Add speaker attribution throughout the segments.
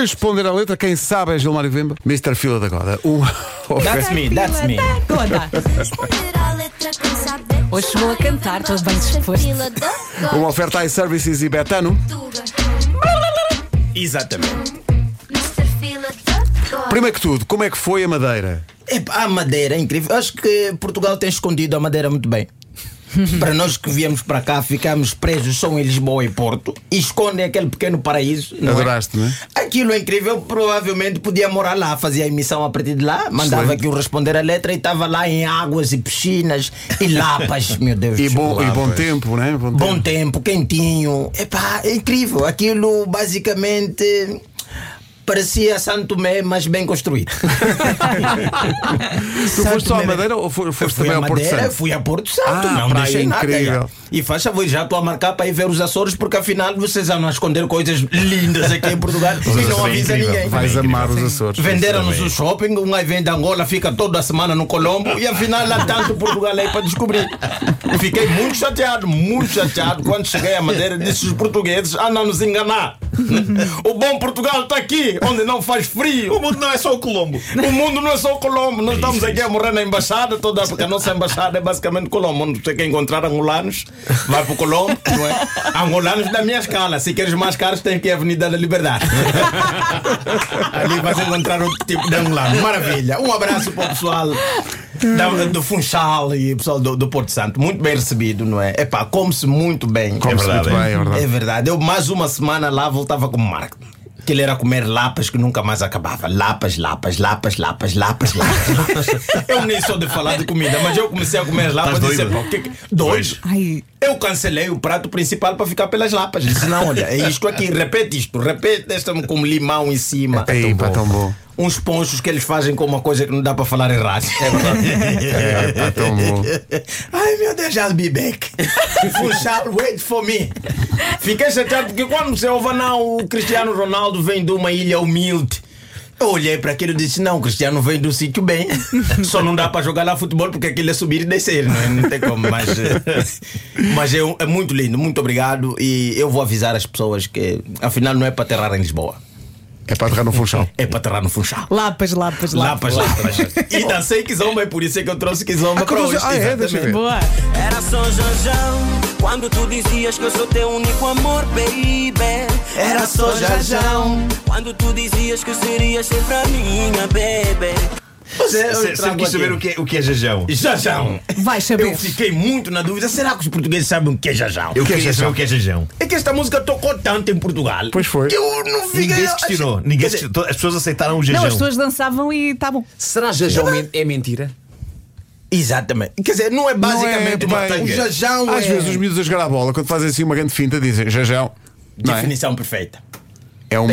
Speaker 1: Responder à letra, quem sabe é Gilmário Vemba. Mr. Fila da Goda. Um
Speaker 2: That's me, that's me.
Speaker 3: Toda. Hoje chegou a cantar, estou bem disposto.
Speaker 1: Uma oferta iServices e Betano.
Speaker 2: Exatamente.
Speaker 1: Primeiro que tudo, como é que foi a Madeira?
Speaker 2: Epá, a madeira é incrível. Acho que Portugal tem escondido a madeira muito bem. Para nós que viemos para cá, ficamos presos só em Lisboa e Porto e escondem aquele pequeno paraíso. Não é?
Speaker 1: Adoraste, não é?
Speaker 2: Aquilo é incrível, provavelmente podia morar lá, fazia emissão a partir de lá, mandava
Speaker 1: Excelente.
Speaker 2: aqui o responder a letra e estava lá em águas e piscinas e lapas, meu Deus.
Speaker 1: E bom,
Speaker 2: Lapas.
Speaker 1: e bom tempo, não é?
Speaker 2: Bom tempo, quentinho. Epá, é incrível. Aquilo basicamente parecia Santo Tomé, mas bem construído.
Speaker 1: Tu foste só à Madeira ou fo- foste
Speaker 2: fui
Speaker 1: também
Speaker 2: à
Speaker 1: ao Porto
Speaker 2: Madeira,
Speaker 1: Santo?
Speaker 2: fui a Porto Santo,
Speaker 1: Ah,
Speaker 2: não
Speaker 1: praia
Speaker 2: deixei nada.
Speaker 1: incrível.
Speaker 2: já. E faz favor, já estou a marcar para ir ver os Açores, porque afinal vocês andam a esconder coisas lindas aqui em Portugal e não avisa ninguém.
Speaker 1: é Vais amar os Açores. é
Speaker 2: Venderam-nos o shopping, um aí vem de Angola, fica toda a semana no Colombo e afinal lá tanto Portugal aí para descobrir. Fiquei muito chateado, muito chateado quando cheguei à Madeira disse os portugueses andam a nos enganar. O bom Portugal está aqui, onde não faz frio. O mundo não é só o Colombo. O mundo não é só o Colombo. Nós estamos aqui a morrer na embaixada toda, porque a nossa embaixada é basicamente Colombo, onde você quer encontrar angolanos, vai para o Colombo, não é? Angolanos da minha escala. Se queres mais caros, tem que ir à Avenida da Liberdade. Ali vais encontrar outro tipo de angolano. Maravilha. Um abraço para o pessoal da- do Funchal e o pessoal do, do Porto Santo. Muito bem recebido, não é? Epá, come-se muito bem.
Speaker 1: Come-se
Speaker 2: é verdade.
Speaker 1: muito bem, é verdade.
Speaker 2: verdade. Eu mais uma semana lá voltava com o Marco. Que ele era comer lapas que nunca mais acabava. Lapas, lapas, lapas, lapas, lapas, lapas. lapas. eu nem sou de falar de comida, mas eu comecei a comer lapas
Speaker 4: Estás
Speaker 2: e disse,
Speaker 4: doido?
Speaker 2: "Pá, o que que- doido.
Speaker 3: Ai,
Speaker 2: Eu cancelei o prato principal para ficar pelas lapas. Disse, não, olha, é isto aqui, repete isto, repete, deixa-me com limão em cima.
Speaker 1: É tão bom. tão bom.
Speaker 2: Uns ponchos que eles fazem com uma coisa que não dá para falar errado. É verdade.
Speaker 1: É, pá, tão bom.
Speaker 2: Ai meu Deus, I'll be back. Funchal, wait for me. Fiquei chateado porque quando você ouve, não, o Cristiano Ronaldo vem de uma ilha humilde. Eu olhei para aquilo e disse: Não, o Cristiano vem do sítio bem. Só não dá para jogar lá futebol porque aquilo é subir e descer, não, é? não tem como. Mas, eh, mas é, um- é muito lindo, muito obrigado. E eu vou avisar as pessoas que afinal não é para aterrar em Lisboa,
Speaker 1: É para aterrar no Funchal.
Speaker 2: é para aterrar no Funchal.
Speaker 3: lapas, lapas, lapas.
Speaker 2: Lapas, lapas. E dancei Kizomba, é por isso é que eu trouxe Kizomba para hoje.
Speaker 1: Ah, é? Deixa eu ver.
Speaker 3: Boa.
Speaker 5: Era São Jajão Quando tu dizias que eu sou teu único amor, baby
Speaker 2: Era só Jajão.
Speaker 5: Quando tu dizias que serias sempre a minha, baby
Speaker 2: Você,
Speaker 4: Se- Sempre quis saber o que é, o que é jajão.
Speaker 2: Jajão.
Speaker 3: Vai saber.
Speaker 2: Eu fiquei muito na dúvida. Será que os portugueses sabem o que é Jajão?
Speaker 4: Eu
Speaker 1: que é
Speaker 4: queria saber
Speaker 1: jajão?
Speaker 4: o que é jajão.
Speaker 2: É que esta música tocou tanto em Portugal.
Speaker 1: Pois foi.
Speaker 2: Que eu não fiquei.
Speaker 4: Ninguém se questionou.
Speaker 2: Quer
Speaker 4: Ninguém
Speaker 2: dizer,
Speaker 4: se- to- As pessoas aceitaram o jajão.
Speaker 3: Não, as pessoas dançavam e tá bom.
Speaker 6: Será Jajão men- é mentira?
Speaker 2: Exatamente. Quer dizer, não é basicamente
Speaker 1: Não
Speaker 2: uma
Speaker 1: é bem-
Speaker 2: tanga. O Jajão
Speaker 1: Às
Speaker 2: é
Speaker 1: vezes os miúdos a jogar a bola, quando fazem assim uma grande finta, dizem Jajão. Não é?
Speaker 2: definição perfeita.
Speaker 1: É uma,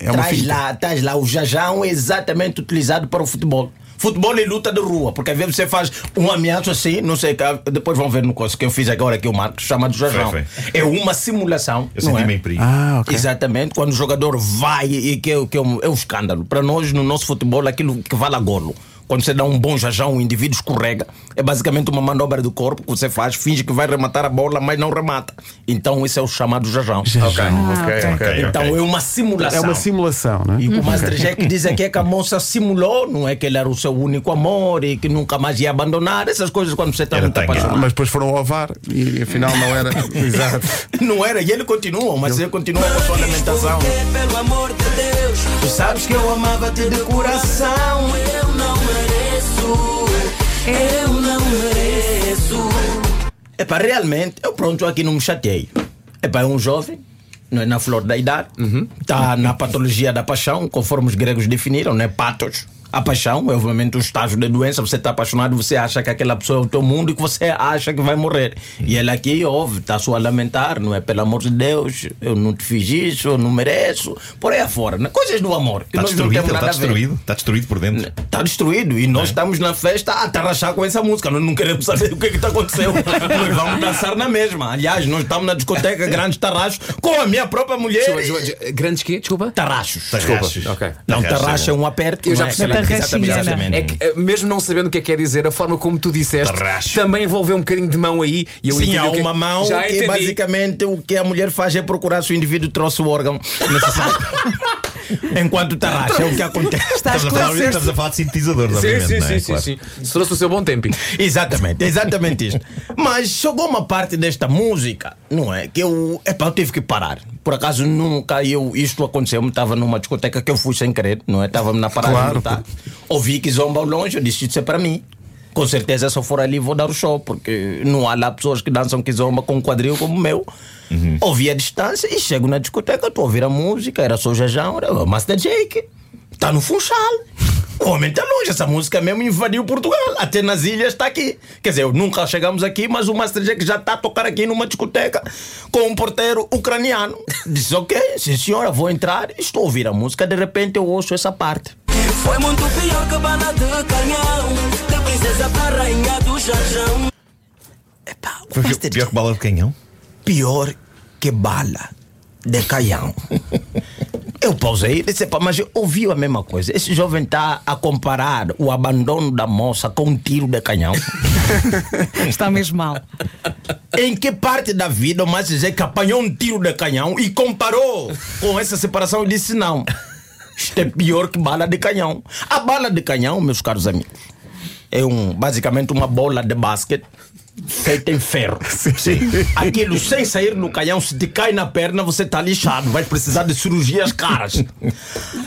Speaker 1: é uma
Speaker 2: traz,
Speaker 1: finta.
Speaker 2: lá, traz lá, o jajão é exatamente utilizado para o futebol. Futebol e luta de rua, porque às vezes você faz um ameaço assim, não sei, cá, depois vão ver no curso que eu fiz agora aqui o Marcos, chamado jajão.
Speaker 4: Foi,
Speaker 2: É uma simulação.
Speaker 4: Eu
Speaker 2: não
Speaker 4: senti
Speaker 2: é?
Speaker 4: bem perigo.
Speaker 1: Ah, ok.
Speaker 2: Exatamente, quando o jogador vai e que, é- que é, um, é um escândalo. Para nós, no nosso futebol, aquilo que vale a golo. Quando você dá um bom jajão, o indivíduo escorrega. É basicamente uma manobra do corpo que você faz, finge que vai rematar a bola, mas não remata. Então, isso é o chamado jajão.
Speaker 4: Ok,
Speaker 3: ok,
Speaker 4: ok, Tá
Speaker 2: Então,
Speaker 4: ok.
Speaker 2: é uma simulação.
Speaker 1: É uma simulação, não é?
Speaker 2: E o Master Jack diz aqui é que a moça simulou, não é que ele era o seu único amor e que nunca mais ia abandonar, essas coisas quando você está
Speaker 4: Era
Speaker 2: muito
Speaker 4: tanga.
Speaker 2: apaixonado.
Speaker 1: Mas depois foram ao VAR e afinal não era. Exato.
Speaker 2: Não era, e ele continua, mas ele continua com a sua alimentação.
Speaker 5: Porque, é pelo amor de Deus
Speaker 2: Tu sabes que eu amava-te de coração.
Speaker 5: Eu não mereço Eu não mereço
Speaker 2: Epá, realmente, eu pronto, aqui não me chateei. Epá, é um jovem, não é na flor da idade,
Speaker 4: Uhum.
Speaker 2: está na patologia da paixão, conforme os gregos definiram, né? Patos. A paixão é obviamente um estágio da doença, você está apaixonado, você acha que aquela pessoa é o teu mundo e que você acha que vai morrer. E ela aqui, ouve, está só a lamentar, não é? Pelo amor de Deus, eu não te fiz isso, eu não mereço. Por aí afora, né? coisas do amor. que
Speaker 4: Está
Speaker 2: nós não
Speaker 4: Tá destruído,
Speaker 2: temos
Speaker 4: ele
Speaker 2: nada
Speaker 4: está
Speaker 2: a ver.
Speaker 4: destruído. Está destruído por dentro. Tá
Speaker 2: Está Tá destruído e nós
Speaker 6: É.
Speaker 2: estamos na festa a tarrachar com essa música. Nós não queremos saber o que é que está acontecendo. nós vamos dançar na mesma. Aliás, nós estamos na discoteca Grandes Tarrachos com a minha própria mulher.
Speaker 6: Desculpa, desculpa, des- Grandes quê? Desculpa?
Speaker 2: Tarrachos.
Speaker 4: Tarrachos.
Speaker 6: ok.
Speaker 2: Não,
Speaker 4: Tarrachos
Speaker 2: tarracha é um aperto.
Speaker 6: Eu já
Speaker 2: não é?
Speaker 6: percebi.
Speaker 3: Exatamente,
Speaker 6: É que, eh, mesmo não sabendo o que é que quer dizer, a forma como tu disseste
Speaker 4: Tarracho.
Speaker 6: também envolveu um bocadinho de mão aí. E eu
Speaker 2: Sim,
Speaker 6: entendi
Speaker 2: há
Speaker 6: o que é
Speaker 2: uma
Speaker 6: que-
Speaker 2: mão
Speaker 6: Já
Speaker 2: que
Speaker 6: entendi.
Speaker 2: basicamente o que a mulher faz é procurar se o indivíduo trouxe o órgão necessário. enquanto te racha, é o que acontece.
Speaker 3: Está a
Speaker 4: Estamos a, falar,
Speaker 3: esclarecer-se.
Speaker 4: estamos a falar de sintetizadores, obviamente. não é? Claro.
Speaker 6: Se trouxe o seu bom tempo.
Speaker 2: Exatamente, exatamente isto. Mas chegou uma parte desta música, não é? Que eu, epá, eu tive que parar. Por acaso nunca eu, isto aconteceu, eu estava numa discoteca que eu fui sem querer, não é? Estava na parada
Speaker 1: Claro.
Speaker 2: militar. Ouvi que zomba ao longe, eu disse isso é para mim. Com certeza, se eu for ali, vou dar o show, porque não há lá pessoas que dançam kizomba com um quadril como o meu. Ouvi a distância e chego na discoteca, estou a ouvir a música, era só Jajão, era o Master Jake. Está no Funchal. O homem está longe, essa música mesmo invadiu Portugal. Até nas ilhas está aqui. Quer dizer, nunca chegamos aqui, mas o Master Jack já está a tocar aqui numa discoteca com um porteiro ucraniano. Disse, ok, sim senhora, vou entrar. Estou a ouvir a música, de repente eu ouço essa parte.
Speaker 5: Foi muito pior que a bala de canhão Da princesa para a rainha do jarjão
Speaker 2: Epá, o
Speaker 4: Foi pior-
Speaker 2: Master
Speaker 4: pior
Speaker 2: Jack,
Speaker 4: que bala de canhão.
Speaker 2: pior que bala de caião. Eu pausei e disse, "Epá, mas eu ouvi a mesma coisa. Esse jovem está a comparar o abandono da moça com um tiro de canhão.
Speaker 3: Está mesmo mal.
Speaker 2: Em que parte da vida o Márcio Zé que apanhou um tiro de canhão e comparou com essa separação e disse não. Isto é pior que bala de canhão. A bala de canhão, meus caros amigos, é um, basicamente uma bola de basquete feita em ferro. Sim. Aquilo sem sair no canhão, se te cai na perna, você está lixado. Vai precisar de cirurgias caras.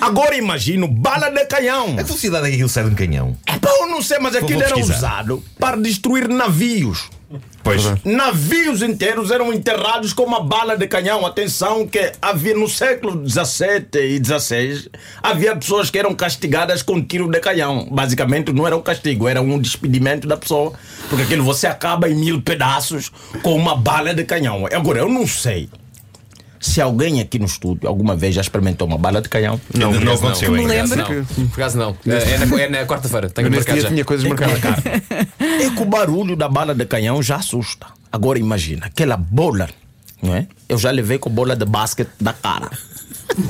Speaker 2: Agora imagino bala de canhão.
Speaker 4: A que velocidade é que aquilo sai de um canhão?
Speaker 2: Epá, eu não sei, mas aquilo
Speaker 4: vou
Speaker 2: era
Speaker 4: pesquisar.
Speaker 2: usado para destruir navios.
Speaker 4: Pois.
Speaker 2: Navios inteiros eram enterrados com uma bala de canhão. Atenção, que havia no século XVII e XVI havia pessoas que eram castigadas com tiro de canhão. Basicamente, não era um castigo, era um despedimento da pessoa. Porque aquilo você acaba em mil pedaços com uma bala de canhão. Agora, eu não sei se alguém aqui no estúdio alguma vez já experimentou uma bala de canhão.
Speaker 4: Não, não,
Speaker 6: Por acaso
Speaker 4: aconteceu
Speaker 3: Que me
Speaker 4: ainda.
Speaker 6: Por acaso
Speaker 3: lembro.
Speaker 6: não. Por acaso não. É na, é na quarta-feira. Tenho
Speaker 1: Eu
Speaker 6: que
Speaker 1: nesse
Speaker 6: marcar
Speaker 1: dia
Speaker 6: já.
Speaker 1: tinha coisas marcadas.
Speaker 2: É que o barulho da bala de canhão já assusta. Agora imagina, aquela bola, não é? Eu já levei com bola de basquete da cara.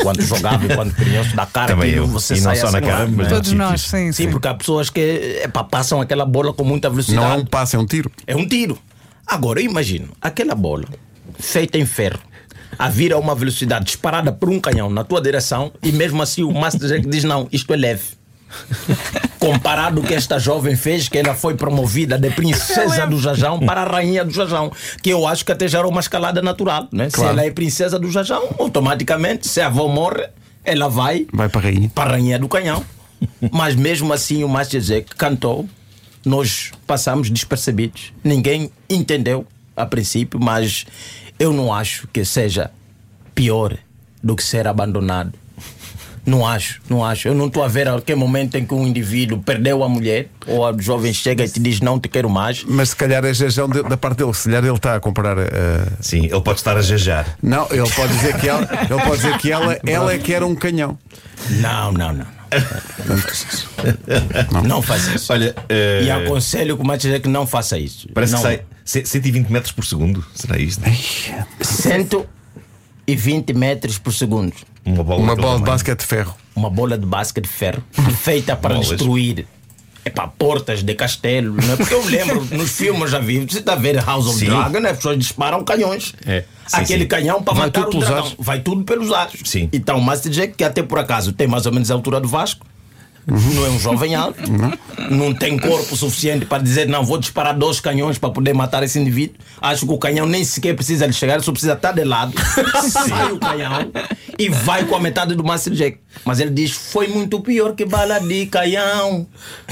Speaker 2: Quando jogava e quando criança da cara,
Speaker 4: Também
Speaker 2: aquilo
Speaker 4: eu.
Speaker 2: você
Speaker 4: E não
Speaker 2: sai
Speaker 4: só na
Speaker 2: assim,
Speaker 4: cara,
Speaker 2: não é?
Speaker 4: mas
Speaker 3: Todos
Speaker 4: Sim,
Speaker 3: nós,
Speaker 4: sim.
Speaker 3: sim,
Speaker 2: Sim,
Speaker 3: sim.
Speaker 2: porque há pessoas que epá, passam aquela bola com muita velocidade.
Speaker 1: Não é um passo, é um tiro.
Speaker 2: É um tiro. Agora, eu imagino, aquela bola feita em ferro, a vir a uma velocidade disparada por um canhão na tua direção e mesmo assim o Master Jack diz: não, isto é leve. Comparado o que esta jovem fez, que ela foi promovida de princesa do Jajão para a rainha do Jajão, que eu acho que até já era uma escalada natural. Né? Se ela é princesa do Jajão, automaticamente, se a avó morre, ela vai
Speaker 1: Vai para a rainha.
Speaker 2: para a Rainha do Canhão. Mas mesmo assim o Master Jack cantou, nós passamos despercebidos. Ninguém entendeu a princípio, mas eu não acho que seja pior do que ser abandonado. Não acho, não acho. Eu não estou a ver a que momento em que um indivíduo perdeu a mulher ou a jovem chega e te diz não te quero mais.
Speaker 1: Mas se calhar é jejão de- da parte dele. Se calhar ele está a comparar. eh,
Speaker 4: Sim, ele pode estar a jajar.
Speaker 1: Não, ele pode dizer que ela, ele pode dizer que ela, ela é que era um canhão.
Speaker 2: Não, não, não. Não faz isso. Não faz isso.
Speaker 4: Olha, eh,
Speaker 2: E aconselho que o Master Jack não faça isso.
Speaker 4: parece
Speaker 2: não.
Speaker 4: que sai c- 120 metros por segundo. Será isto?
Speaker 2: 120 metros por segundo.
Speaker 4: Uma bola,
Speaker 1: Uma
Speaker 4: daquele
Speaker 1: bola de
Speaker 4: tamanho.
Speaker 1: basquete de ferro.
Speaker 2: Uma bola de basquete de ferro feita para
Speaker 4: Bolas.
Speaker 2: destruir. É para portas de castelo, né? Porque eu lembro, nos filmes já vi, você está a ver House of
Speaker 4: Sim.
Speaker 2: Dragon, né? as pessoas disparam canhões.
Speaker 4: É. Sim,
Speaker 2: Aquele
Speaker 4: sim.
Speaker 2: canhão para
Speaker 1: Vai
Speaker 2: matar
Speaker 1: tudo
Speaker 2: o
Speaker 1: pelos
Speaker 2: dragão.
Speaker 1: ares.
Speaker 2: Vai tudo pelos ares.
Speaker 4: Sim.
Speaker 2: Então o Master Jack, que até por acaso tem mais ou menos a altura do Vasco, não é um jovem alto, não tem corpo suficiente para dizer não, vou disparar dois canhões para poder matar esse indivíduo. Acho que o canhão nem sequer precisa de chegar, só precisa estar de lado. Sai o canhão e vai com a metade do Master Jack. Mas ele diz: foi muito pior que bala de canhão,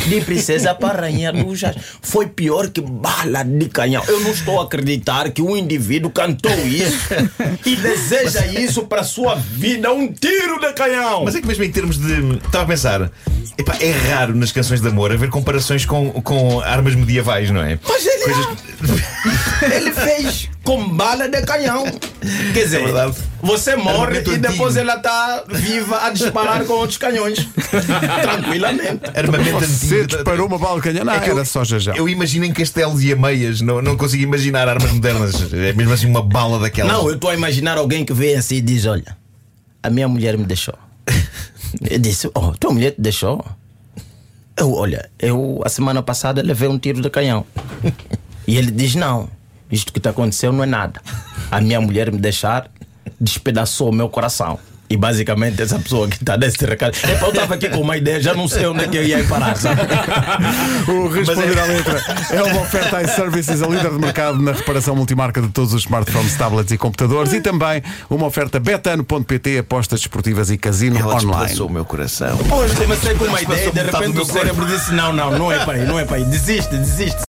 Speaker 2: de princesa para rainha do jazz. Foi pior que bala de canhão. Eu não estou a acreditar que um indivíduo cantou isso e deseja isso para sua vida um tiro de canhão.
Speaker 4: Mas é que mesmo em termos de. Estava a pensar. epá, é raro nas canções de amor haver comparações com, com armas medievais, não é?
Speaker 2: Mas ele, é. ele fez com bala de canhão. Quer dizer,
Speaker 4: verdade.
Speaker 2: você morre
Speaker 4: Armamento
Speaker 2: e depois
Speaker 4: antigo.
Speaker 2: ela está viva a disparar com outros canhões. Tranquilamente.
Speaker 4: Armamento
Speaker 1: Você
Speaker 4: antigo.
Speaker 1: disparou uma bala de canhão? Não,
Speaker 4: É que eu-
Speaker 1: era só jejão.
Speaker 4: Eu imagino em castelos e ameias, não, não consigo imaginar armas modernas. É mesmo assim uma bala daquelas.
Speaker 2: Não, eu estou a imaginar alguém que vem assim e diz: Olha, a minha mulher me deixou. Eu disse: Oh, tua mulher te deixou? Eu, olha, eu a semana passada levei um tiro de canhão. E ele diz: Não, isto que te aconteceu não é nada. A minha mulher me deixar despedaçou o meu coração. E basicamente essa pessoa que está nesse recado. Epá, eu estava aqui com uma ideia, já não sei onde é que eu ia parar, sabe?
Speaker 1: O responder
Speaker 4: Mas é-
Speaker 1: à letra é uma oferta iServices, a líder de mercado na reparação multimarca de todos os smartphones, tablets e computadores e também uma oferta betano.pt, apostas desportivas e casino
Speaker 4: Ela
Speaker 1: online.
Speaker 4: despedaçou o meu coração.
Speaker 2: Hoje comecei com uma ideia e de
Speaker 4: Passou metade do
Speaker 2: repente
Speaker 4: meu
Speaker 2: o cérebro disse: não, não, não é para aí, não é para aí, desiste, desiste.